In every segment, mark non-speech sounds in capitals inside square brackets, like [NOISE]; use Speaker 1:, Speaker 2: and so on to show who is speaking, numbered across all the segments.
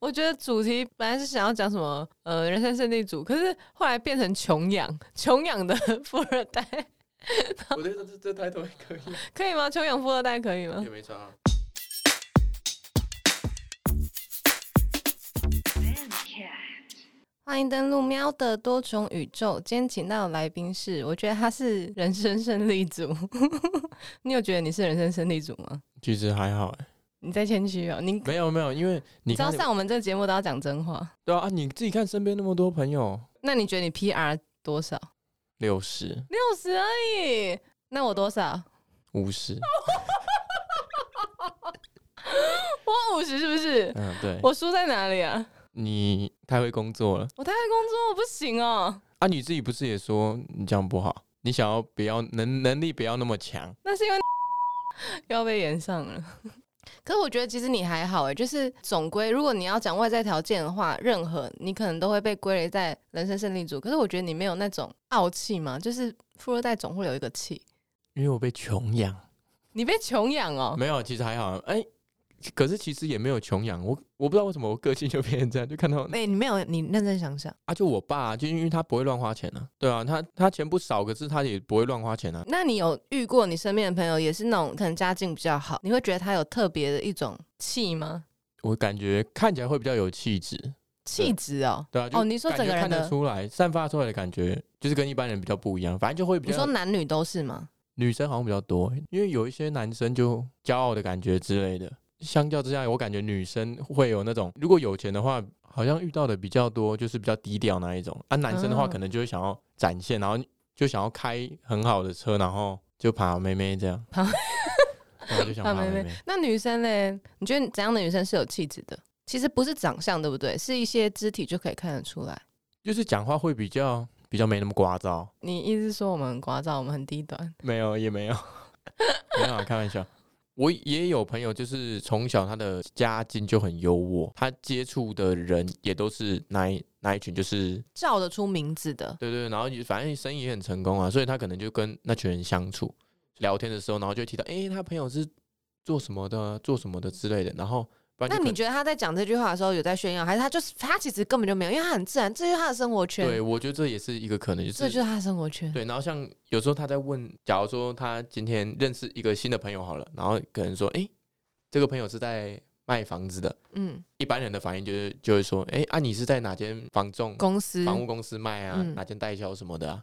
Speaker 1: 我觉得主题本来是想要讲什么，呃，人生胜利组，可是后来变成穷养，穷养的 [LAUGHS] 富二代，
Speaker 2: [LAUGHS] 我觉得这这抬头也可
Speaker 1: [LAUGHS]
Speaker 2: 以，
Speaker 1: 可以吗？穷养富二代可以吗
Speaker 2: 也？没差啊。
Speaker 1: 欢迎登录喵的多重宇宙。今天请到的来宾是，我觉得他是人生胜利组。 [LAUGHS] 你有觉得你是人生胜利组吗？
Speaker 2: 其实还好哎，
Speaker 1: 你在谦虚哦，你
Speaker 2: 没有没有，因为你
Speaker 1: 你知道
Speaker 2: 看
Speaker 1: 上我们这个节目都要讲真话。
Speaker 2: 对啊，你自己看身边那么多朋友，
Speaker 1: 那你觉得你 PR 多少？
Speaker 2: 六十、
Speaker 1: 六十而已。那我多少？[LAUGHS]
Speaker 2: 五十，
Speaker 1: 我五十是不是？
Speaker 2: 嗯，对，
Speaker 1: 我输在哪里啊？
Speaker 2: 你太会工作了
Speaker 1: 我太爱工作，我不行哦。
Speaker 2: 啊！你自己不是也说你这样不好？你想要不要能能力不要那么强？
Speaker 1: 那是因为 [LAUGHS] 又要被延上了。 [LAUGHS] 可是我觉得其实你还好哎，就是总归如果你要讲外在条件的话，任何你可能都会被归类在人生胜利组。可是我觉得你没有那种傲气嘛，就是富二代总会有一个气。
Speaker 2: 因为我被穷养。
Speaker 1: 你被穷养哦，
Speaker 2: 没有，其实还好。哎、可是其实也没有穷养。我我不知道为什么我个性就变成这样，就看到
Speaker 1: 哎、你没有，你认真想想。
Speaker 2: 啊，就我爸、就因为他不会乱花钱啊，对啊，他他钱不少，可是他也不会乱花钱啊。
Speaker 1: 那你有遇过你身边的朋友也是那种可能家境比较好，你会觉得他有特别的一种气吗？
Speaker 2: 我感觉看起来会比较有气质，
Speaker 1: 气质哦。
Speaker 2: 对啊。就
Speaker 1: 哦，你说
Speaker 2: 感
Speaker 1: 整
Speaker 2: 觉
Speaker 1: 个人
Speaker 2: 看得
Speaker 1: 的，
Speaker 2: 出来，散发出来的感觉就是跟一般人比较不一样，反正就会比
Speaker 1: 你说
Speaker 2: 较
Speaker 1: 男女都是吗？
Speaker 2: 女生好像比较多，因为有一些男生就骄傲的感觉之类的。相较之下，我感觉女生会有那种，如果有钱的话，好像遇到的比较多，就是比较低调那一种。啊，男生的话，
Speaker 1: 嗯
Speaker 2: 可能就会想要展现，然后就想要开很好的车，然后就爬妹妹这样。
Speaker 1: 爬
Speaker 2: 然后就
Speaker 1: [LAUGHS]
Speaker 2: 想
Speaker 1: 爬
Speaker 2: 爬
Speaker 1: 妹
Speaker 2: 妹
Speaker 1: 妹
Speaker 2: 妹。
Speaker 1: 那女生嘞？你觉得怎样的女生是有气质的？其实不是长相，对不对？是一些肢体就可以看得出来。
Speaker 2: 就是讲话会比较比较没那么聒噪，
Speaker 1: 你意思是说我们很聒噪，我们很低端？
Speaker 2: 没有
Speaker 1: [LAUGHS]
Speaker 2: 也没有，没有啊开玩笑。我也有朋友，就是从小他的家境就很优渥，他接触的人也都是那一那一群，就是
Speaker 1: 叫得出名字的，
Speaker 2: 对对，然后也反正生意也很成功啊，所以他可能就跟那群人相处聊天的时候，然后就会提到，哎、他朋友是做什么的，啊做什么的之类的，然后不然就
Speaker 1: 那
Speaker 2: 可
Speaker 1: 你
Speaker 2: 能
Speaker 1: 觉得他在讲这句话的时候有在炫耀，还是他就是他其实根本就没有，因为他很自然，这就是他的生活圈，
Speaker 2: 对我觉得这也是一个可能，就
Speaker 1: 这
Speaker 2: 是
Speaker 1: 就是他的生活圈。
Speaker 2: 对，然后像有时候他在问，假如说他今天认识一个新的朋友好了，然后可能说，哎、这个朋友是在卖房子的，
Speaker 1: 嗯，
Speaker 2: 一般人的反应就是就会说，哎、啊你是在哪间房仲、
Speaker 1: 公司
Speaker 2: 房屋公司卖啊，
Speaker 1: 嗯
Speaker 2: 哪间代销什么的啊，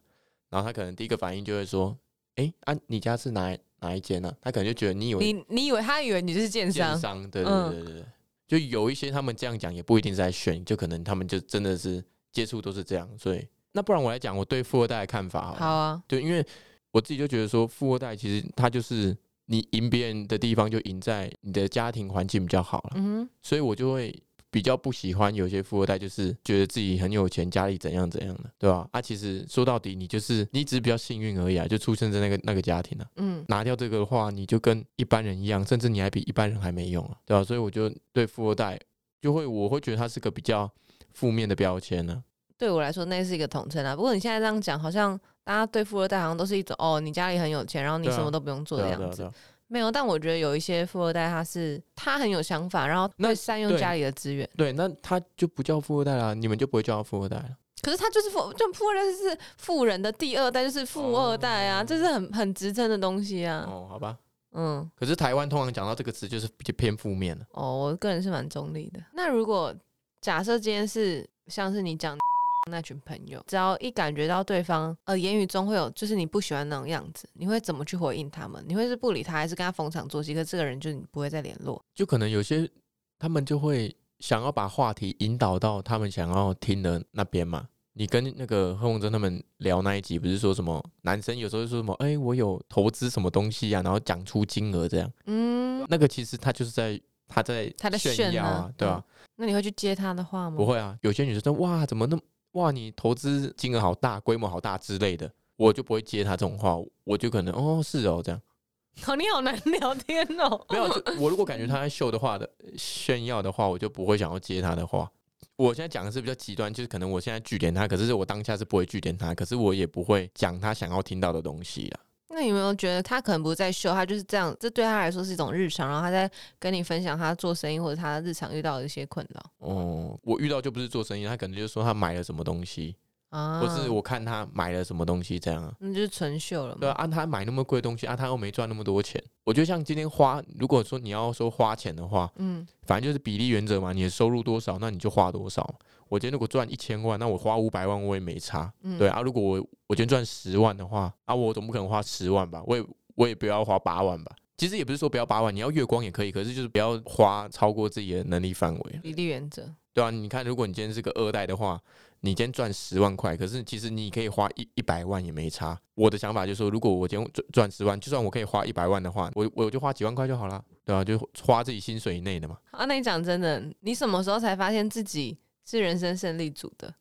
Speaker 2: 然后他可能第一个反应就会说，哎、啊你家是哪哪一间呢、啊？他可能就觉得你有
Speaker 1: 你你以为他以为你是奸
Speaker 2: 奸
Speaker 1: 商？
Speaker 2: 商，对对
Speaker 1: 嗯
Speaker 2: 对对对，就有一些他们这样讲也不一定是在炫，就可能他们就真的是接触都是这样，所以那不然我来讲我对富二代的看法好了
Speaker 1: 好啊，
Speaker 2: 对，因为我自己就觉得说，富二代其实他就是你赢别人的地方，就赢在你的家庭环境比较好了，
Speaker 1: 嗯
Speaker 2: 所以我就会比较不喜欢有些富二代，就是觉得自己很有钱，家里怎样怎样的，对吧、啊？其实说到底，你就是你只是比较幸运而已啊，就出生在那个那个家庭啊。
Speaker 1: 哼嗯，
Speaker 2: 拿掉这个的话，你就跟一般人一样，甚至你还比一般人还没用啊，对吧、所以我就对富二代就会，我会觉得他是个比较负面的标签啊呢、
Speaker 1: 对我来说那是一个统称啊。不过你现在这样讲，好像大家对富二代好像都是一种哦，你家里很有钱，然后你
Speaker 2: 对啊
Speaker 1: 什么都不用做
Speaker 2: 对
Speaker 1: 的
Speaker 2: 啊，
Speaker 1: 样
Speaker 2: 对啊，
Speaker 1: 子
Speaker 2: 对。啊。
Speaker 1: 没有，但我觉得有一些富二代，他是他很有想法，然后
Speaker 2: 那
Speaker 1: 会善用
Speaker 2: 对
Speaker 1: 家里的资源。
Speaker 2: 对，那他就不叫富二代啦，你们就不会叫他富二代了。
Speaker 1: 可是他就是富，就富二代就是富人的第二代，就是富二代啊，
Speaker 2: 哦
Speaker 1: 这是很很职称的东西啊。
Speaker 2: 哦，好吧。
Speaker 1: 嗯，
Speaker 2: 可是台湾通常讲到这个词，就是比较偏负面的。
Speaker 1: 哦，我个人是蛮中立的。那如果假设今天是像是你讲 [LAUGHS] 那群朋友，只要一感觉到对方呃言语中会有就是你不喜欢那种样子，你会怎么去回应他们？你会是不理他，还是跟他逢场作戏？可这个人就你不会再联络？
Speaker 2: 就可能有些他们就会想要把话题引导到他们想要听的那边嘛。你跟那个贺梦珍他们聊那一集，不是说什么男生有时候就说什么，哎、我有投资什么东西啊，然后讲出金额这样，
Speaker 1: 嗯，
Speaker 2: 那个其实他就是在他在
Speaker 1: 他在
Speaker 2: 炫
Speaker 1: 炫
Speaker 2: 耀
Speaker 1: 啊嗯
Speaker 2: 啊，对吧、啊？
Speaker 1: 那你会去接他的话吗？
Speaker 2: 不会啊，有些女生说哇，怎么那么哇，你投资金额好大，规模好大之类的，我就不会接她这种话，我就可能哦是哦这样，
Speaker 1: 哦，你 [LAUGHS] 好难聊天哦。
Speaker 2: 没有，就我如果感觉她在秀的话的炫耀的话，我就不会想要接她的话。我现在讲的是比较极端，就是可能我现在据点她，可是我当下是不会据点她，可是我也不会讲她想要听到的东西啦。
Speaker 1: [LAUGHS] 那你有没有觉得他可能不在秀，他就是这样，这对他来说是一种日常，然后他在跟你分享他做生意或者他日常遇到的一些困扰
Speaker 2: 哦，我遇到就不是做生意，他可能就是说他买了什么东西，
Speaker 1: 啊？
Speaker 2: 或是我看他买了什么东西这样啊。
Speaker 1: 那就是纯秀了嘛。
Speaker 2: 对啊，按、他买那么贵的东西，啊，他又没赚那么多钱。我觉得像今天花，如果说你要说花钱的话，
Speaker 1: 嗯，
Speaker 2: 反正就是比例原则嘛，你的收入多少，那你就花多少。我今天如果赚一千万，那我花五百万我也没差。
Speaker 1: 嗯
Speaker 2: 对啊，如果我我今天赚十万的话，啊，我总不可能花十万吧？我也我也不要花八万吧？其实也不是说不要八万，你要月光也可以，可是就是不要花超过自己的能力范围。
Speaker 1: 比例原则。
Speaker 2: 对啊，你看，如果你今天是个二代的话，你今天赚十万块，可是其实你可以花一一百万也没差。我的想法就是说，如果我今天赚赚十万，就算我可以花一百万的话，我我就花几万块就好啦。对啊，就花自己薪水以内的嘛。
Speaker 1: 啊，那你讲真的，你什么时候才发现自己是人生胜利组的？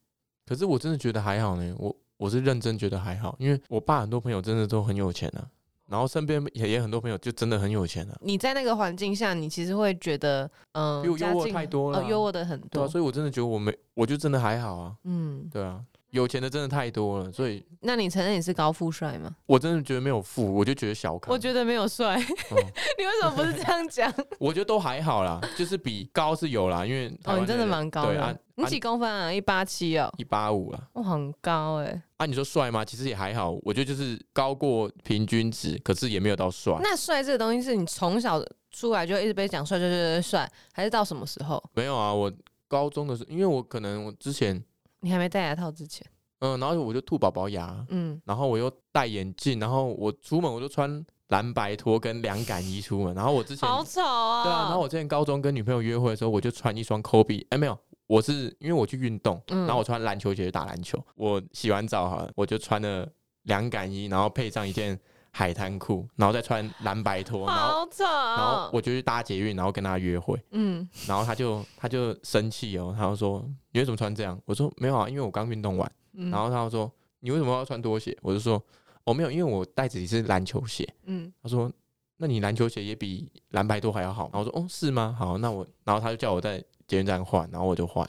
Speaker 2: 可是我真的觉得还好呢，我我是认真觉得还好，因为我爸很多朋友真的都很有钱啊，然后身边也也很多朋友就真的很有钱啊，
Speaker 1: 你在那个环境下，你其实会觉得，嗯、
Speaker 2: 比我优
Speaker 1: 家
Speaker 2: 渥
Speaker 1: 境
Speaker 2: 太多了
Speaker 1: 呃
Speaker 2: 啊
Speaker 1: 优渥的很
Speaker 2: 对
Speaker 1: 多。
Speaker 2: 啊，所以我真的觉得我没，我就真的还好啊，
Speaker 1: 嗯，
Speaker 2: 对啊，有钱的真的太多了，所以
Speaker 1: 那你承认你是高富帅吗？
Speaker 2: 我真的觉得没有富，我就觉得小康，
Speaker 1: 我觉得没有帅，
Speaker 2: 哦
Speaker 1: [LAUGHS] 你为什么不是这样
Speaker 2: [LAUGHS]
Speaker 1: 讲？
Speaker 2: 我觉得都还好啦，就是比高是有啦，因为台
Speaker 1: 哦，
Speaker 2: 湾
Speaker 1: 你真的蛮高
Speaker 2: 对啊
Speaker 1: 的，，你几公分啊？一八七哦，
Speaker 2: 一八五啦，
Speaker 1: 哇，很高哎、
Speaker 2: 啊，你说帅吗？其实也还好，我觉得就是高过平均值，可是也没有到帅，
Speaker 1: 那帅这个东西是你从小出来就一直被讲帅帅帅帅帅，还是到什么时候？
Speaker 2: 没有啊，我高中的时候，因为我可能我之前。
Speaker 1: 你还没戴牙套之前，
Speaker 2: 嗯，然后我就吐宝宝牙，啊
Speaker 1: 嗯，
Speaker 2: 然后我又戴眼镜，然后我出门我就穿蓝白拖跟凉感衣出门，然后我之前
Speaker 1: 好丑啊、
Speaker 2: 对啊，然后我之前高中跟女朋友约会的时候，我就穿一双 Kobe，哎没有，我是因为我去运动，
Speaker 1: 嗯
Speaker 2: 然后我穿篮球鞋去打篮球，我洗完澡哈，我就穿了凉感衣，然后配上一件海滩裤，然后再穿蓝白拖，然后。
Speaker 1: 好丑，哦
Speaker 2: 然后我就去搭捷运，然后跟他约会，
Speaker 1: 嗯，
Speaker 2: 然后他就他就生气哦，他就说你为什么穿这样？我说没有啊，因为我刚运动完。
Speaker 1: 嗯
Speaker 2: 然后他就说：“你为什么要穿拖鞋？”我就说：“哦，没有，因为我袋子里是篮球鞋。
Speaker 1: 嗯”
Speaker 2: 他说：“那你篮球鞋也比蓝白拖还要好。”然后我说：“哦，是吗？好，那我……”然后他就叫我在捷运站换，然后我就换。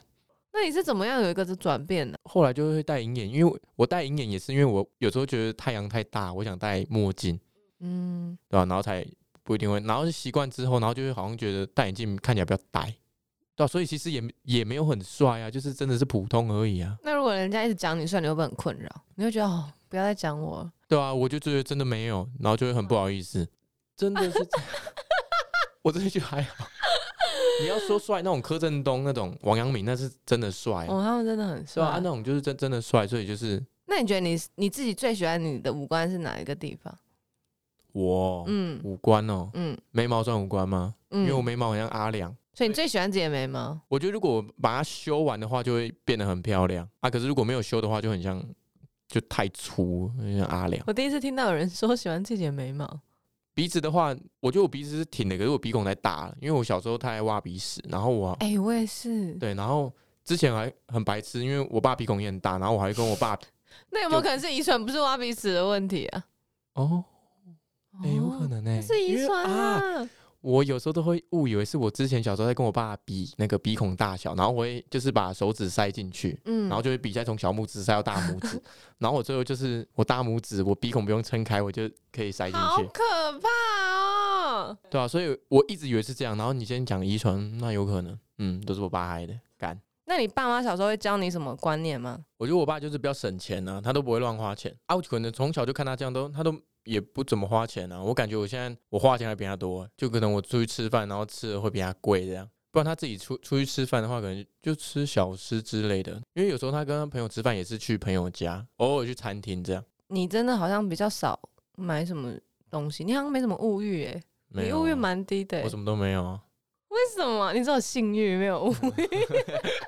Speaker 1: 那你是怎么样有一个这转变呢、
Speaker 2: 后来就会戴隐眼，因为我我戴隐眼也是因为我有时候觉得太阳太大，我想戴墨镜，
Speaker 1: 嗯，
Speaker 2: 对吧、然后才不一定会，然后就习惯之后，然后就会好像觉得戴眼镜看起来比较呆，对、啊、所以其实也也没有很帅啊，就是真的是普通而已啊，
Speaker 1: 那如果人家一直讲你帅，你会不会很困扰？你会觉得哦，不要再讲我了。
Speaker 2: 对啊，我就觉得真的没有，然后就会很不好意思，真的是这样， [LAUGHS] 我真的觉得还好。 [LAUGHS] 你要说帅，那种柯震东、那种王阳明，那是真的帅、啊，
Speaker 1: 哦，他们真的很
Speaker 2: 是
Speaker 1: 帅、
Speaker 2: 吧、啊？那种就是真真的帅，所以就是
Speaker 1: 那你觉得你你自己最喜欢你的五官是哪一个地方？
Speaker 2: 我、
Speaker 1: 嗯
Speaker 2: 五官哦，
Speaker 1: 嗯
Speaker 2: 眉毛算五官吗？因
Speaker 1: 嗯
Speaker 2: 为我眉毛很像阿良，
Speaker 1: 所以你最喜欢自己的眉毛？
Speaker 2: 我觉得如果我把它修完的话，就会变得很漂亮啊。可是如果没有修的话，就很像就太粗，很像阿良。
Speaker 1: 我第一次听到有人说喜欢自己的眉毛，
Speaker 2: 鼻子的话，我觉得我鼻子是挺的，可是我鼻孔太大了，因为我小时候太爱挖鼻屎，然后我
Speaker 1: 哎、我也是。
Speaker 2: 对，然后之前还很白痴，因为我爸鼻孔也很大，然后我还跟我爸
Speaker 1: 那有没有
Speaker 2: 就
Speaker 1: 可能是遗传，不是挖鼻屎的问题啊？
Speaker 2: 哦，哎、有可
Speaker 1: 哦，
Speaker 2: 能哎、
Speaker 1: 是遗
Speaker 2: 因为
Speaker 1: 传
Speaker 2: 啊。
Speaker 1: 啊。
Speaker 2: 我有时候都会误以为是我之前小时候在跟我爸比那个鼻孔大小，然后我会就是把手指塞进去，
Speaker 1: 嗯，
Speaker 2: 然后就会比赛从小拇指塞到大拇
Speaker 1: [LAUGHS]
Speaker 2: 指，然后我最后就是我大拇指我鼻孔不用撑开，我就可以塞进
Speaker 1: 好
Speaker 2: 去，
Speaker 1: 可怕哦！
Speaker 2: 对啊，所以我一直以为是这样。然后你先讲遗传，那有可能，嗯，都是我爸害的，干。
Speaker 1: 那你爸妈小时候会教你什么观念吗？
Speaker 2: 我觉得我爸就是比较省钱啊，他都不会乱花钱啊。我可能从小就看他这样都，他都也不怎么花钱啊。我感觉我现在我花钱还比他多，就可能我出去吃饭，然后吃的会比他贵这样。不然他自己出出去吃饭的话，可能就吃小吃之类的。因为有时候他跟他朋友吃饭也是去朋友家，偶尔去餐厅这样。
Speaker 1: 你真的好像比较少买什么东西，你好像没什么物欲诶、
Speaker 2: 没
Speaker 1: 你
Speaker 2: 有啊
Speaker 1: 物欲蛮低的、欸。
Speaker 2: 我什么都没有啊。
Speaker 1: 为什么？你只有性欲没有物欲？ [LAUGHS]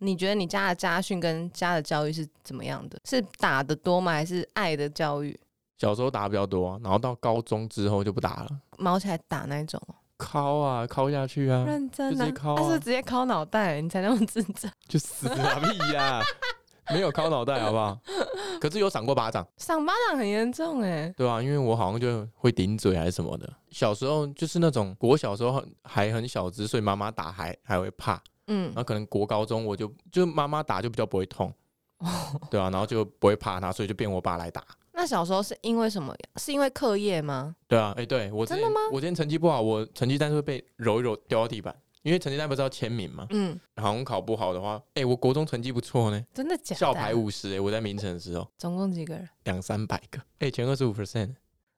Speaker 1: 你觉得你家的家训跟家的教育是怎么样的？是打的多吗？还是爱的教育？
Speaker 2: 小时候打比较多、啊，然后到高中之后就不打了，
Speaker 1: 毛起来打那一种哦、
Speaker 2: 敲啊敲下去啊，
Speaker 1: 认真
Speaker 2: 就直接
Speaker 1: 啊，
Speaker 2: 敲
Speaker 1: 他
Speaker 2: 啊
Speaker 1: 是直接敲脑袋，你才那么智 [LAUGHS] 障。
Speaker 2: 就死啊屁
Speaker 1: [LAUGHS]
Speaker 2: 呀、没有敲脑袋好不好？可是有闪过巴掌。
Speaker 1: 赏巴掌很严重哎、
Speaker 2: 对啊，因为我好像就会顶嘴还是什么的。小时候就是那种国小时候还很小只，所以妈妈打还还会怕。
Speaker 1: 嗯
Speaker 2: 然，后可能国高中我
Speaker 1: 哦
Speaker 2: 就就妈妈打就比较不会痛，对啊，然后就不会怕她，所以就变我爸来打。
Speaker 1: 那小时候是因为什么？是因为课业吗？
Speaker 2: 对啊，哎、对我之
Speaker 1: 真的
Speaker 2: 前
Speaker 1: 吗
Speaker 2: 我今天成绩不好，我成绩单是会被揉一揉掉到地板，因为成绩单不是要签名嘛。
Speaker 1: 嗯，
Speaker 2: 好像考不好的话，哎、我国中成绩不错呢，
Speaker 1: 真的假的？
Speaker 2: 校排，五十，哎，我在名城的时候
Speaker 1: 总共几个人？
Speaker 2: 两三百个，哎、前二十五 percent，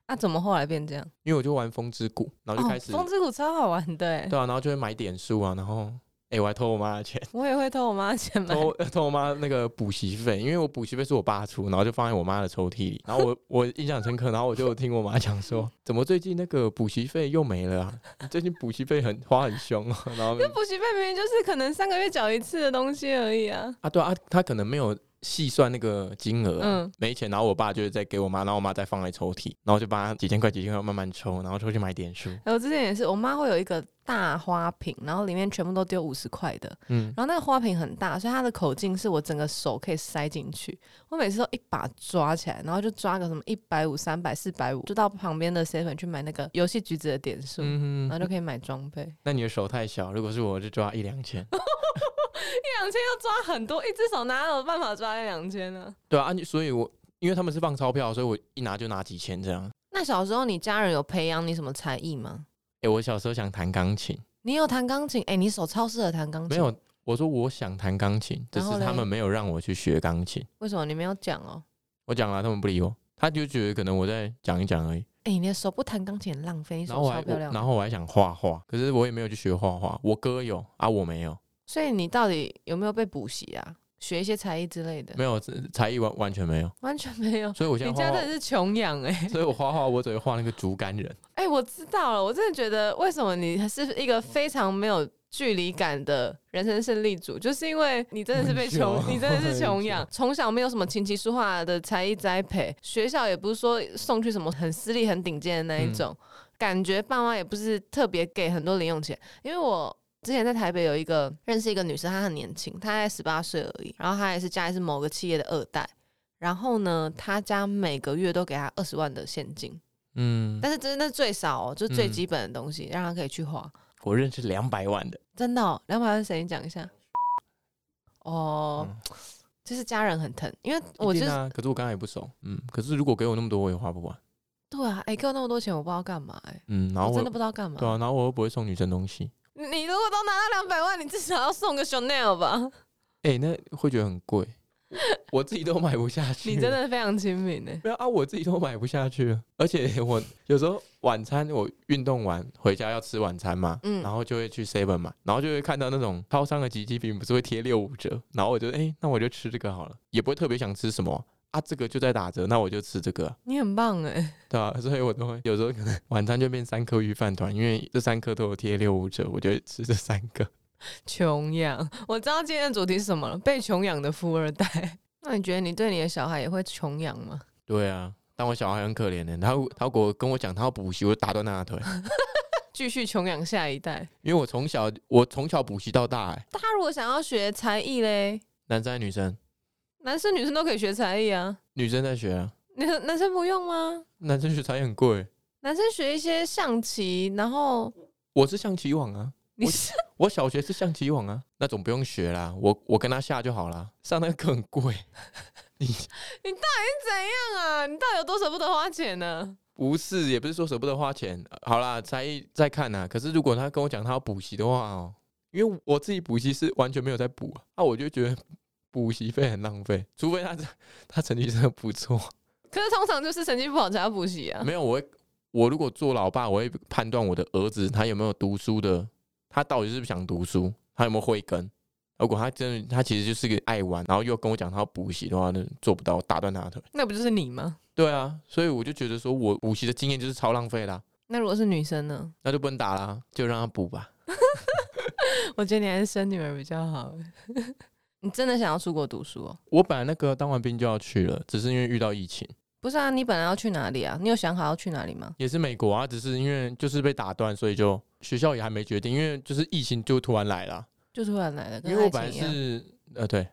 Speaker 1: 啊，怎么后来变这样？
Speaker 2: 因为我就玩风之谷，然后就开始、
Speaker 1: 哦、风之谷超好玩的哎、
Speaker 2: 对啊，然后就会买点数啊，然后哎、我还偷我妈
Speaker 1: [LAUGHS]
Speaker 2: 的钱，
Speaker 1: 我也会偷我妈的钱买。
Speaker 2: 偷偷我 [LAUGHS] 妈那个补习费，因为我补习费是我爸出，然后就放在我妈的抽屉里。然后我我印象很深刻，然后我就听我妈讲说，怎么最近那个补习费又没了啊？你最近补习费很花很凶啊。然后
Speaker 1: 那补习费明明就是可能三个月缴一次的东西而已啊。
Speaker 2: 啊，对啊，他可能没有细算那个金额、啊，
Speaker 1: 嗯
Speaker 2: 没钱，然后我爸就是再给我妈，然后我妈再放在抽屉，然后就把几千块几千块慢慢抽，然后抽去买点数。
Speaker 1: 哎，我之前也是，我妈会有一个大花瓶，然后里面全部都丢五十块的，
Speaker 2: 嗯，
Speaker 1: 然后那个花瓶很大，所以它的口径是我整个手可以塞进去。我每次都一把抓起来，然后就抓个什么一百五、三百、四百五，就到旁边的 seven 去买那个游戏橘子的点数，
Speaker 2: 嗯
Speaker 1: 然后就
Speaker 2: 哼，
Speaker 1: 可以买装
Speaker 2: [LAUGHS]
Speaker 1: 备。一
Speaker 2: 那你的手太小，如果是我就抓一两千。
Speaker 1: 两千要抓很多，一只手哪有办法抓一两千呢？
Speaker 2: 对啊，啊你所以我因为他们是放钞票，所以我一拿就拿几千这样。
Speaker 1: 那小时候你家人有培养你什么才艺吗？
Speaker 2: 哎、我小时候想弹钢琴，
Speaker 1: 你有弹钢琴？哎、你手超适合弹钢琴。
Speaker 2: 没有，我说我想弹钢琴，只
Speaker 1: 然后
Speaker 2: 是他
Speaker 1: 嘞
Speaker 2: 们没有让我去学钢琴。
Speaker 1: 为什么你没有讲哦？
Speaker 2: 我讲了，他们不理我，他就觉得可能我在讲一讲而已。
Speaker 1: 哎、你的手不弹钢琴很浪费，你手
Speaker 2: 然后我还
Speaker 1: 超漂
Speaker 2: 我
Speaker 1: 亮的。
Speaker 2: 然后我还想画画，可是我也没有去学画画。我哥有啊，我没有，
Speaker 1: 所以你到底有没有被补习啊？学一些才艺之类的？
Speaker 2: 没有才艺完完全没有。
Speaker 1: 完全没有。
Speaker 2: 所以我现
Speaker 1: 你
Speaker 2: 在画
Speaker 1: 家真
Speaker 2: 画，
Speaker 1: 的是穷养哎、
Speaker 2: 所以我画画我只会画那个竹竿人。
Speaker 1: 哎、我知道了，我真的觉得为什么你是一个非常没有距离感的人生胜利组，就是因为你真的是被穷
Speaker 2: 很，久
Speaker 1: 你真的是穷养
Speaker 2: 很，
Speaker 1: 从小没有什么琴棋书画的才艺栽培，学校也不是说送去什么很私立、很顶尖的那
Speaker 2: 嗯
Speaker 1: 一种，感觉爸妈也不是特别给很多零用钱，因为我。之前在台北有一个认识一个女生，她很年轻，她才十八岁而已，然后她也是家里是某个企业的二代，然后呢，她家每个月都给她二十万的现金，
Speaker 2: 嗯，
Speaker 1: 但是真的是最少、哦，就是最
Speaker 2: 嗯
Speaker 1: 基本的东西，让他可以去花。
Speaker 2: 我认识两百万的，
Speaker 1: 真的、哦，两百万谁？你讲一下。哦，
Speaker 2: 嗯
Speaker 1: 就是家人很疼，因为我
Speaker 2: 一
Speaker 1: 就
Speaker 2: 定
Speaker 1: 是、
Speaker 2: 啊，可是我刚才也不熟。嗯，可是如果给我那么多，我也花不完。
Speaker 1: 对啊，哎、给我那么多钱，我不知道干嘛、哎，
Speaker 2: 嗯，然后
Speaker 1: 我
Speaker 2: 我
Speaker 1: 真的不知道干嘛。
Speaker 2: 对啊，然后我又不会送女生东西，
Speaker 1: 你你如果都拿到两百万，你至少要送个 Chanel
Speaker 2: [LAUGHS]
Speaker 1: 吧？
Speaker 2: 哎、那会觉得很贵，我自己都买不下去。
Speaker 1: 你真的非常亲民呢、哎
Speaker 2: 没有啊？我自己都买不下去，而且 [LAUGHS] 我有时候晚餐我运动完回家要吃晚餐嘛，
Speaker 1: 嗯
Speaker 2: 然后就会去 Seven 买，然后就会看到那种超商的集集品不是会贴六五折，然后我就哎、那我就吃这个好了，也不会特别想吃什么啊，这个就在打折，那我就吃这个啊、
Speaker 1: 你很棒哎、
Speaker 2: 对啊，所以我都会有时候可能晚餐就变三颗鱼饭团，因为这三颗都有贴六五折，我就会吃这三个。
Speaker 1: 穷养。我知道今天的主题是什么了，被穷养的富二代。 [LAUGHS] 那你觉得你对你的小孩也会穷养吗？
Speaker 2: 对啊，但我小孩很可怜的，他他如果跟我讲他要补习，我就打断他的腿。 [LAUGHS]
Speaker 1: 继续穷养下一代。
Speaker 2: 因为我从小我从小补习到大、欸，
Speaker 1: 他如果想要学才艺嘞，
Speaker 2: 男生还是女生，
Speaker 1: 男生女生都可以学才艺啊，
Speaker 2: 女生在学啊，
Speaker 1: 男男生不用吗？
Speaker 2: 男生学才艺很贵。
Speaker 1: 男生学一些象棋，然后
Speaker 2: 我是象棋网啊，
Speaker 1: 你
Speaker 2: 我
Speaker 1: 是
Speaker 2: 我小学是象棋网啊，那种不用学啦，我我跟他下就好啦，上那个课很贵，
Speaker 1: 怎样啊？你到底有多舍不得花钱呢、
Speaker 2: 不是也不是说舍不得花钱，呃好啦，才艺再看呐、可是如果他跟我讲他要补习的话哦，因为我自己补习是完全没有在补啊，那、我就觉得补习费很浪费，除非他他成绩真的不错，
Speaker 1: 可是通常就是成绩不好才要补习 [LAUGHS] 啊。
Speaker 2: 没有，我会我如果做老爸，我会判断我的儿子他有没有读书的，他到底是不是想读书，他有没有慧根。如果他真的，他其实就是个爱玩，然后又跟我讲他要补习的话，那做不到，我打断他的腿。
Speaker 1: 那不就是你吗？
Speaker 2: 对啊，所以我就觉得说我补习的经验就是超浪费啦，
Speaker 1: 那如果是女生呢？
Speaker 2: 那就不能打啦，就让他补吧。
Speaker 1: 我觉得你还是生女儿比较好。 [LAUGHS] 你真的想要出国读书哦？
Speaker 2: 我本来那个当完兵就要去了，只是因为遇到疫情，
Speaker 1: 不是啊，你本来要去哪里啊？你有想好要去哪里吗？
Speaker 2: 也是美国啊，只是因为就是被打断，所以就学校也还没决定，因为就是疫情就突然来了，
Speaker 1: 就突然来了，
Speaker 2: 因
Speaker 1: 跟
Speaker 2: 为我
Speaker 1: 爱
Speaker 2: 本来
Speaker 1: 情一样。
Speaker 2: 是呃对，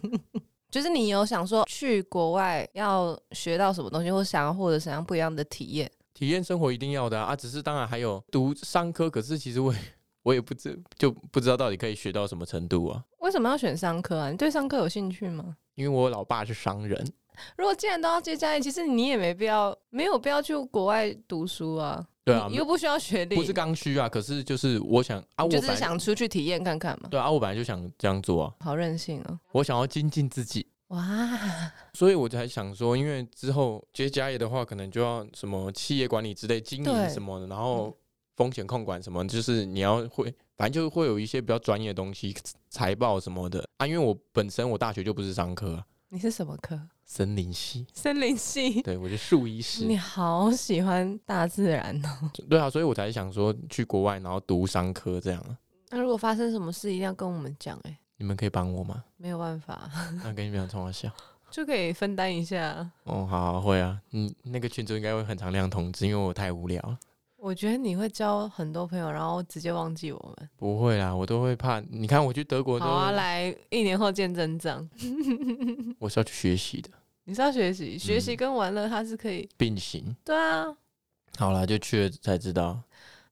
Speaker 1: [LAUGHS] 就是你有想说去国外要学到什么东西，或想要获得什么样不一样的体验？
Speaker 2: 体验生活一定要的啊，啊只是当然还有读商科，可是其实我也 [LAUGHS] 我也不知就不知道到底可以学到什么程度啊，
Speaker 1: 为什么要选商科啊？你对商科有兴趣吗？
Speaker 2: 因为我老爸是商人，
Speaker 1: 如果既然都要接家业，其实你也没必要，没有必要去国外读书啊。
Speaker 2: 对啊
Speaker 1: 你又不需要学历，
Speaker 2: 不是刚需啊，可是就是我想啊，我
Speaker 1: 你就
Speaker 2: 本
Speaker 1: 只是
Speaker 2: 来
Speaker 1: 想出去体验看看嘛。
Speaker 2: 对啊，我本来就想这样做啊，
Speaker 1: 好任性哦！
Speaker 2: 我想要精进自己，
Speaker 1: 哇，
Speaker 2: 所以我才想说，因为之后接家业的话，可能就要什么企业管理之类、经
Speaker 1: 对
Speaker 2: 营什么的，然后风险控管什么，就是你要会，反正就是会有一些比较专业的东西，财报什么的啊。因为我本身我大学就不是商科、啊，
Speaker 1: 你是什么科？
Speaker 2: 森林系，
Speaker 1: 森林系。
Speaker 2: 对我是树医
Speaker 1: [LAUGHS]
Speaker 2: 师
Speaker 1: 你，好喜欢大自然哦。
Speaker 2: 对啊，所以我才想说去国外，然后读商科这样啊。
Speaker 1: 那如果发生什么事，一定要跟我们讲哎、
Speaker 2: 你们可以帮我吗？
Speaker 1: [LAUGHS] 没有办法，
Speaker 2: 那跟你们讲冲我笑。
Speaker 1: 就可以分担一下。
Speaker 2: 哦，好好会啊，嗯，那个群主应该会很常亮通知，因为我太无聊了。
Speaker 1: 我觉得你会交很多朋友，然后直接忘记我们。
Speaker 2: 不会啦，我都会怕。你看我去德国都，
Speaker 1: 好啊，来一年后见真章。
Speaker 2: 我是要去学习的，
Speaker 1: 你是要学习，学习跟玩乐它是可以。
Speaker 2: 并行。
Speaker 1: 对啊，
Speaker 2: 好啦，就去了才知道。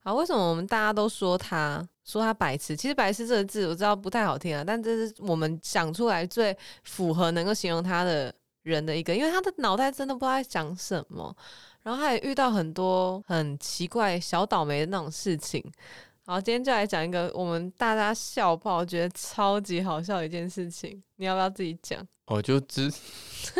Speaker 1: 好，为什么我们大家都说他说他白痴？其实“白痴”这个字我知道不太好听啊，但这是我们想出来最符合能够形容他的人的一个，因为他的脑袋真的不知道在讲什么，然后他也遇到很多很奇怪小倒霉的那种事情。好，今天就来讲一个我们大家笑爆，觉得超级好笑的一件事情，你要不要自己讲？
Speaker 2: 我哦就知， [LAUGHS]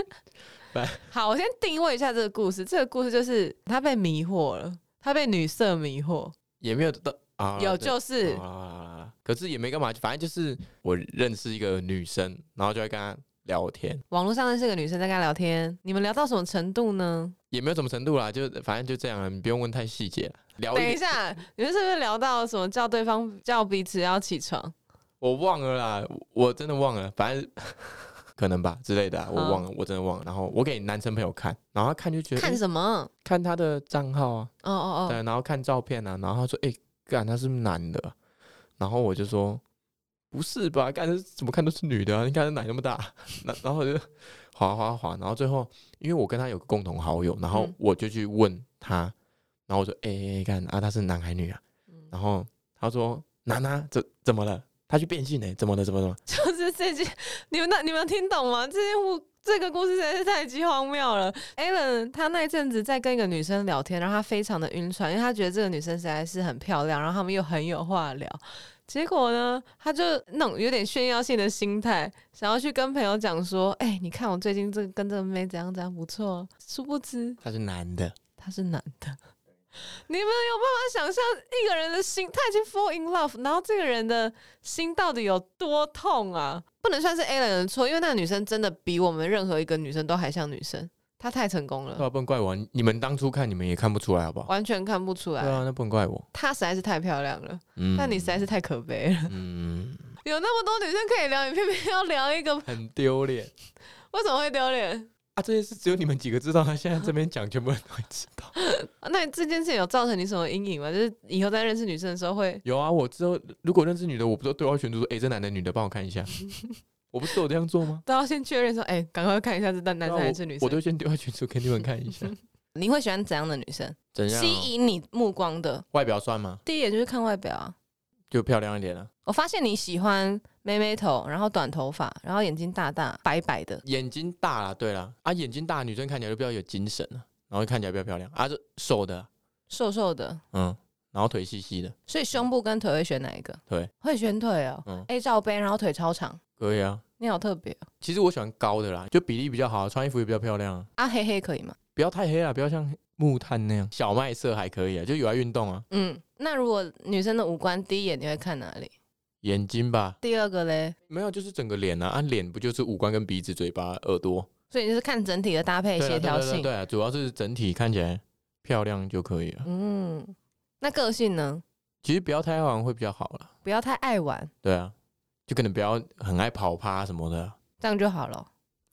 Speaker 1: 好，我先定位一下这个故事。这个故事就是他被迷惑了，他被女色迷惑，
Speaker 2: 也没有到啊，
Speaker 1: 有
Speaker 2: 对
Speaker 1: 就是
Speaker 2: 好啦好啦好啦可是也没干嘛，反正就是我认识一个女生，然后就会跟她聊天，
Speaker 1: 网络上认识个女生在跟她聊天，你们聊到什么程度呢？
Speaker 2: 也没有什么程度啦，就反正就这样啊，你不用问太细节啦。聊
Speaker 1: 等一
Speaker 2: 一，
Speaker 1: 下，你们是不是聊到什么叫对方叫彼此要起床？
Speaker 2: 我忘了啦，我真的忘了，反正 [LAUGHS] 可能吧之类的啊、我忘了，我真的忘了。然后我给男生朋友看，然后他看就觉得
Speaker 1: 嗯看
Speaker 2: 诶
Speaker 1: 什么？
Speaker 2: 看他的账号啊，
Speaker 1: 哦哦
Speaker 2: 对，然后看照片啊，然后他说：“哎、干，他是不是男的啊？”然后我就说：“不是吧，干，这怎么看都是女的啊！你看他奶那么大。” [LAUGHS] 然然后我就滑滑滑，然后最后因为我跟他有个共同好友，然后
Speaker 1: 嗯
Speaker 2: 我就去问他，然后我说：“哎、哎哎，干啊，他是男还女啊？”
Speaker 1: 哦，
Speaker 2: 然后他说：“男啊，怎怎么了？他去变性呢、怎么了？怎么了？
Speaker 1: 就是这件，你们那你们听懂吗？这件我 [LAUGHS] 这个故事实在是太鸡荒谬了。Alan 他那一阵子在跟一个女生聊天，然后他非常的晕船，因为他觉得这个女生实在是很漂亮，然后他们又很有话聊。结果呢，他就那种有点炫耀性的心态，想要去跟朋友讲说：“哎、你看我最近这个跟这个妹怎样怎样不错哦。”殊不知
Speaker 2: 他是男的。”
Speaker 1: 他是男的。你们有办法想象一个人的心，他已经 fall in love，然后这个人的心到底有多痛啊？不能算是 Alan 的错，因为那个女生真的比我们任何一个女生都还像女生，她太成功了
Speaker 2: 对。啊，不能怪我啊，你们当初看你们也看不出来，好不好？
Speaker 1: 完全嗯看不出
Speaker 2: 对
Speaker 1: 来。
Speaker 2: 啊，那不能怪我。
Speaker 1: 她实在是太漂亮了，
Speaker 2: 嗯，
Speaker 1: 但你实在是太可悲了。
Speaker 2: 嗯，
Speaker 1: 有那么多女生可以聊，你偏偏要聊一个，
Speaker 2: 很丢脸。
Speaker 1: 为什么会丢脸？
Speaker 2: 啊，这件事只有你们几个知道， [LAUGHS] 他现在这边讲，全部人都会知道。
Speaker 1: 啊那这件事情有造成你什么阴影吗？就是以后在认识女生的时候会，
Speaker 2: [LAUGHS] 有啊，我之后如果认识女的，我不是都对话群组说，哎、这男的女的帮我看一 [LAUGHS] 下，我不是都有这样做吗？
Speaker 1: 都要先确认说，哎、赶快看一下这男男生还是女
Speaker 2: 我
Speaker 1: 生。
Speaker 2: 都先对话群组给你们看
Speaker 1: [LAUGHS]
Speaker 2: 一下，
Speaker 1: 你会喜欢怎样的女生？
Speaker 2: 怎样、啊哦
Speaker 1: 吸引你目光的
Speaker 2: 外表算吗？
Speaker 1: 第一眼就是看外表啊。
Speaker 2: 就漂亮一点啊，
Speaker 1: 我发现你喜欢妹妹头，然后短头发，然后眼睛大大白白的。
Speaker 2: 眼睛大啦，对啦，啊，眼睛大的女生看起来就比较有精神啊，然后看起来比较漂亮，啊，就瘦的啊，
Speaker 1: 瘦瘦的，
Speaker 2: 嗯，然后腿细细的，
Speaker 1: 所以胸部跟腿会选哪一个？
Speaker 2: 腿
Speaker 1: 会选腿哦、
Speaker 2: 嗯
Speaker 1: A 罩杯，然后腿超长，
Speaker 2: 可以啊。
Speaker 1: 你好特别哦、
Speaker 2: 其实我喜欢高的啦，就比例比较好，穿衣服也比较漂亮、啊，
Speaker 1: 啊，黑黑可以吗？
Speaker 2: 不要太黑啊，不要像木炭那样，小麦色还可以啊，就有爱运动啊，
Speaker 1: 嗯，那如果女生的五官第一眼你会看哪里？
Speaker 2: 眼睛吧，
Speaker 1: 第二个嘞？
Speaker 2: 没有，就是整个脸啊，啊，脸不就是五官跟鼻子、嘴巴、耳朵？
Speaker 1: 所以你是看整体的搭配
Speaker 2: 对啊
Speaker 1: 协调
Speaker 2: 对啊对啊
Speaker 1: 性。
Speaker 2: 对啊，主要是整体看起来漂亮就可以了。
Speaker 1: 嗯，那个性呢？
Speaker 2: 其实不要太玩会比较好啦。
Speaker 1: 不要太爱玩，
Speaker 2: 对啊，就可能不要很爱跑趴什么的，
Speaker 1: 这样就好了。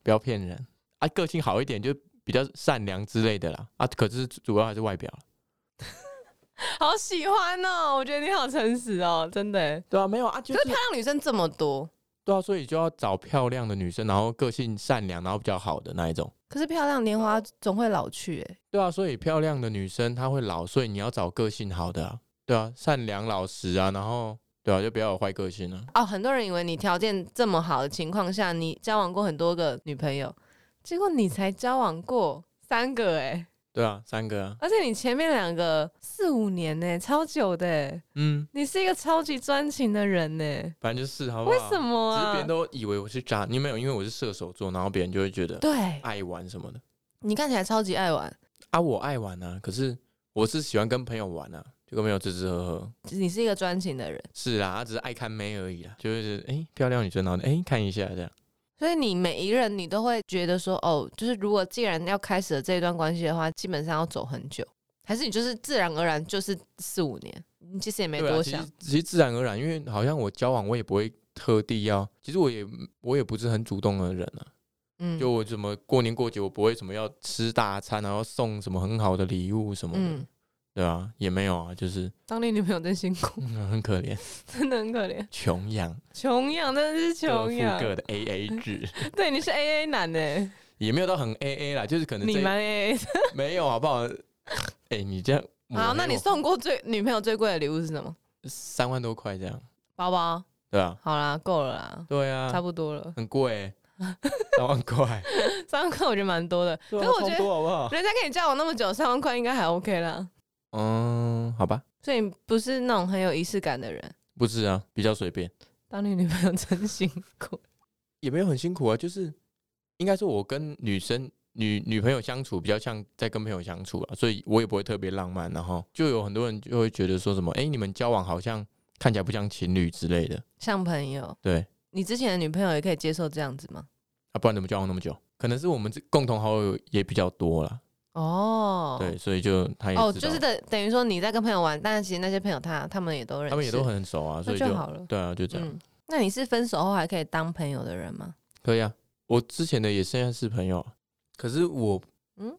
Speaker 2: 不要骗人啊。个性好一点就比较善良之类的啦。啊，可是主要还是外表。
Speaker 1: 好喜欢哦，我觉得你好诚实哦，真的耶。
Speaker 2: 对啊，没有啊，就
Speaker 1: 可是漂亮女生这么多，
Speaker 2: 对啊，所以就要找漂亮的女生，然后个性善良，然后比较好的那一种。
Speaker 1: 可是漂亮年华总会老去，哎，
Speaker 2: 对啊，所以漂亮的女生她会老，所以你要找个性好的啊。对啊，善良老实啊，然后对啊，就不要有坏个性啊。
Speaker 1: 哦，很多人以为你条件这么好的情况下，你交往过很多个女朋友，结果你才交往过三个哎、
Speaker 2: 对啊，三个啊，
Speaker 1: 而且你前面两个四五年呢、超久的、欸，
Speaker 2: 嗯，
Speaker 1: 你是一个超级专情的人呢、
Speaker 2: 反正就是好不好？
Speaker 1: 为什？么
Speaker 2: 只是
Speaker 1: 啊
Speaker 2: 别人？都以为我是渣，你没有，因为我是射手座，然后别人就会觉得
Speaker 1: 对
Speaker 2: 爱玩什么的
Speaker 1: 你看起来超级爱玩，
Speaker 2: 啊，我爱玩啊，可是我是喜欢跟朋友玩啊，就跟朋友吃吃喝喝。
Speaker 1: 你是一个专情的人，
Speaker 2: 是啊，他只是爱看妹而已啦，就是哎、诶漂亮女生，然后哎、诶看一下这样。
Speaker 1: 所以你每一任你都会觉得说，哦，就是如果既然要开始了这一段关系的话，基本上要走很久，还是你就是自然而然就是四五年，你其实也没
Speaker 2: 对啊
Speaker 1: 多
Speaker 2: 其实
Speaker 1: 想，
Speaker 2: 其实自然而然，因为好像我交往我也不会特地要，其实我也我也不是很主动的人啊，
Speaker 1: 嗯
Speaker 2: 就我怎么过年过节我不会什么要吃大餐，然后送什么很好的礼物什么的，
Speaker 1: 嗯，
Speaker 2: 对啊，也没有啊，就是、 [LAUGHS]
Speaker 1: 当你女朋友真辛苦，
Speaker 2: 嗯很可怜，
Speaker 1: 真的很可怜，
Speaker 2: 穷养
Speaker 1: 穷养真的是
Speaker 2: 各
Speaker 1: 穷
Speaker 2: 付
Speaker 1: 养，
Speaker 2: 各的 A A
Speaker 1: [LAUGHS]
Speaker 2: 制，
Speaker 1: 对，你是 A A 男呢、
Speaker 2: 也没有到很 A A 啦，就是可能
Speaker 1: 你
Speaker 2: 这一
Speaker 1: 蛮 A A 的。
Speaker 2: 没有好不好？哎、你这样抹
Speaker 1: 好，那
Speaker 2: 黑
Speaker 1: 你
Speaker 2: 我
Speaker 1: 送过最女朋友最贵的礼物是什么？
Speaker 2: 三万多块这样，
Speaker 1: 包包。
Speaker 2: 对啊，
Speaker 1: 好啦，够了啦，
Speaker 2: 对啊，
Speaker 1: 差不多了。
Speaker 2: 很贵
Speaker 1: [LAUGHS]
Speaker 2: 欸、三万块，
Speaker 1: 三万块我觉得蛮多的，
Speaker 2: 可
Speaker 1: 可是我觉得
Speaker 2: 好不好？
Speaker 1: 人家跟你交往那么久，三万块应该还 OK 啦。
Speaker 2: 嗯，好吧，
Speaker 1: 所以你不是那种很有仪式感的人，
Speaker 2: 不是啊，比较随便，
Speaker 1: 当你女朋友真辛苦。
Speaker 2: 也没有很辛苦啊，就是应该说，我跟女生女女朋友相处比较像在跟朋友相处啊，所以我也不会特别浪漫，然后就有很多人就会觉得说什么，哎、你们交往好像看起来不像情侣之类的，
Speaker 1: 像朋友，
Speaker 2: 对，
Speaker 1: 你之前的女朋友也可以接受这样子吗？
Speaker 2: 啊，不然怎么交往那么久？可能是我们这共同好友也比较多啦，
Speaker 1: 哦，
Speaker 2: 对，，所以就他也知道，
Speaker 1: 哦，就是等等于说你在跟朋友玩，但是其实那些朋友他他们也都认识，
Speaker 2: 他们也都很熟啊，所
Speaker 1: 那
Speaker 2: 以就
Speaker 1: 就好了。
Speaker 2: 对啊，就这样，
Speaker 1: 嗯，那你是分手后还可以当朋友的人吗？
Speaker 2: 可以啊，我之前的也现在是朋友啊，可是我，
Speaker 1: 嗯
Speaker 2: 嗯，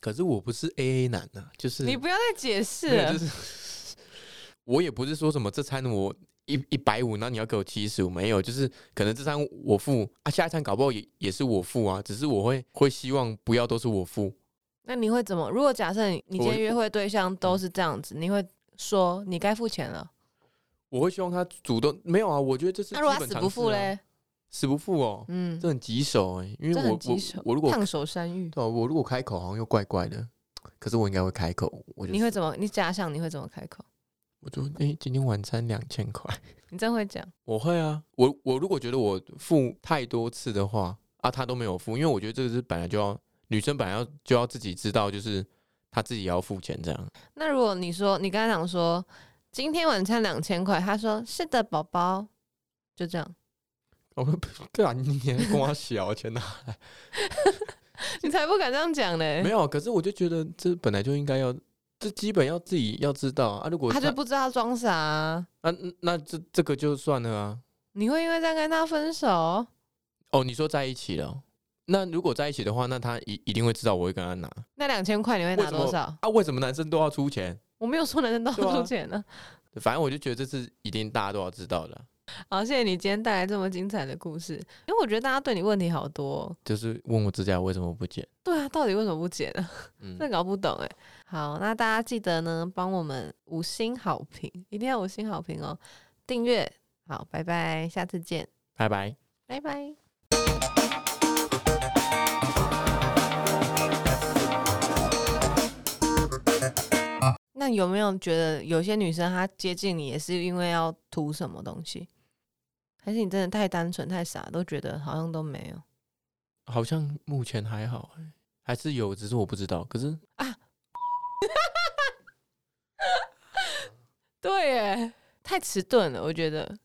Speaker 2: 可是我不是 A A 男啊，就是
Speaker 1: 你不要再解释
Speaker 2: 没有
Speaker 1: 了
Speaker 2: 就。是 [LAUGHS] 我也不是说什么这餐我一一百五，那你要给我七十五，没有，就是可能这餐我付啊，下一餐搞不好也也是我付啊，只是我会会希望不要都是我付，
Speaker 1: 那你会怎么？如果假设你你今天约会对象都是这样子，你会说你该付钱了？
Speaker 2: 我会希望他主动，没有啊，我觉得这是
Speaker 1: 那如果
Speaker 2: 基
Speaker 1: 他
Speaker 2: 本
Speaker 1: 死
Speaker 2: 常
Speaker 1: 不
Speaker 2: 识
Speaker 1: 付
Speaker 2: 啊，
Speaker 1: 嘞？
Speaker 2: 死不付哦，
Speaker 1: 嗯，
Speaker 2: 这很棘手哎、因
Speaker 1: 这
Speaker 2: 为我
Speaker 1: 很棘
Speaker 2: 我
Speaker 1: 手。
Speaker 2: 我如果
Speaker 1: 烫手山芋，
Speaker 2: 对啊、我如果开口好像又怪怪的，可是我应该会开口，我就
Speaker 1: 你会怎么？你假想你会怎么开口？
Speaker 2: 我就哎、今天晚餐两千块。
Speaker 1: 你真会讲。
Speaker 2: 我会啊，我我如果觉得我付太多次的话啊，他都没有付，因为我觉得这个是本来就要女生本来要就要自己知道，就是她自己也要付钱这样。
Speaker 1: 那如果你说你刚才讲说今天晚餐两千块，他说是的，宝宝，就这样， [LAUGHS]
Speaker 2: 我说哦干你娘跟我小钱啊呐、
Speaker 1: 你才不敢这样讲嘞
Speaker 2: [LAUGHS] 没。有，可是我就觉得这本来就应该要，这基本要自己要知道啊。如果
Speaker 1: 他
Speaker 2: 他
Speaker 1: 就不知道他装傻、啊，
Speaker 2: 啊，嗯那这这个就算了啊。
Speaker 1: 你会因为这样跟他分手？
Speaker 2: 哦，你说在一起了哦，那如果在一起的话，那他一一定会知道我会跟他拿
Speaker 1: 那两千块你会
Speaker 2: 为
Speaker 1: 拿
Speaker 2: 什么
Speaker 1: 多少？
Speaker 2: 啊。为什么男生都要出钱？
Speaker 1: 我没有说男生都
Speaker 2: 对啊
Speaker 1: 要出钱呢、
Speaker 2: 反正我就觉得这是一定大家都要知道的啊、
Speaker 1: 好，谢谢你今天带来这么精彩的故事，因为我觉得大家对你问题好多哦、
Speaker 2: 就是问我指甲为什么不剪。
Speaker 1: 对啊，到底为什么不剪啊？
Speaker 2: 嗯
Speaker 1: 真的搞不懂哎、好，那大家记得呢，帮我们五星好评，一定要五星好评哦，订阅。好，拜拜，下次见，
Speaker 2: 拜拜。
Speaker 1: 拜拜。那有没有觉得有些女生她接近你也是因为要图什么东西？还是你真的太单纯太傻，都觉得好像都没有？
Speaker 2: 好像目前还好欸、还是有，只是我不知道。可是
Speaker 1: 对耶，太迟钝了，我觉得。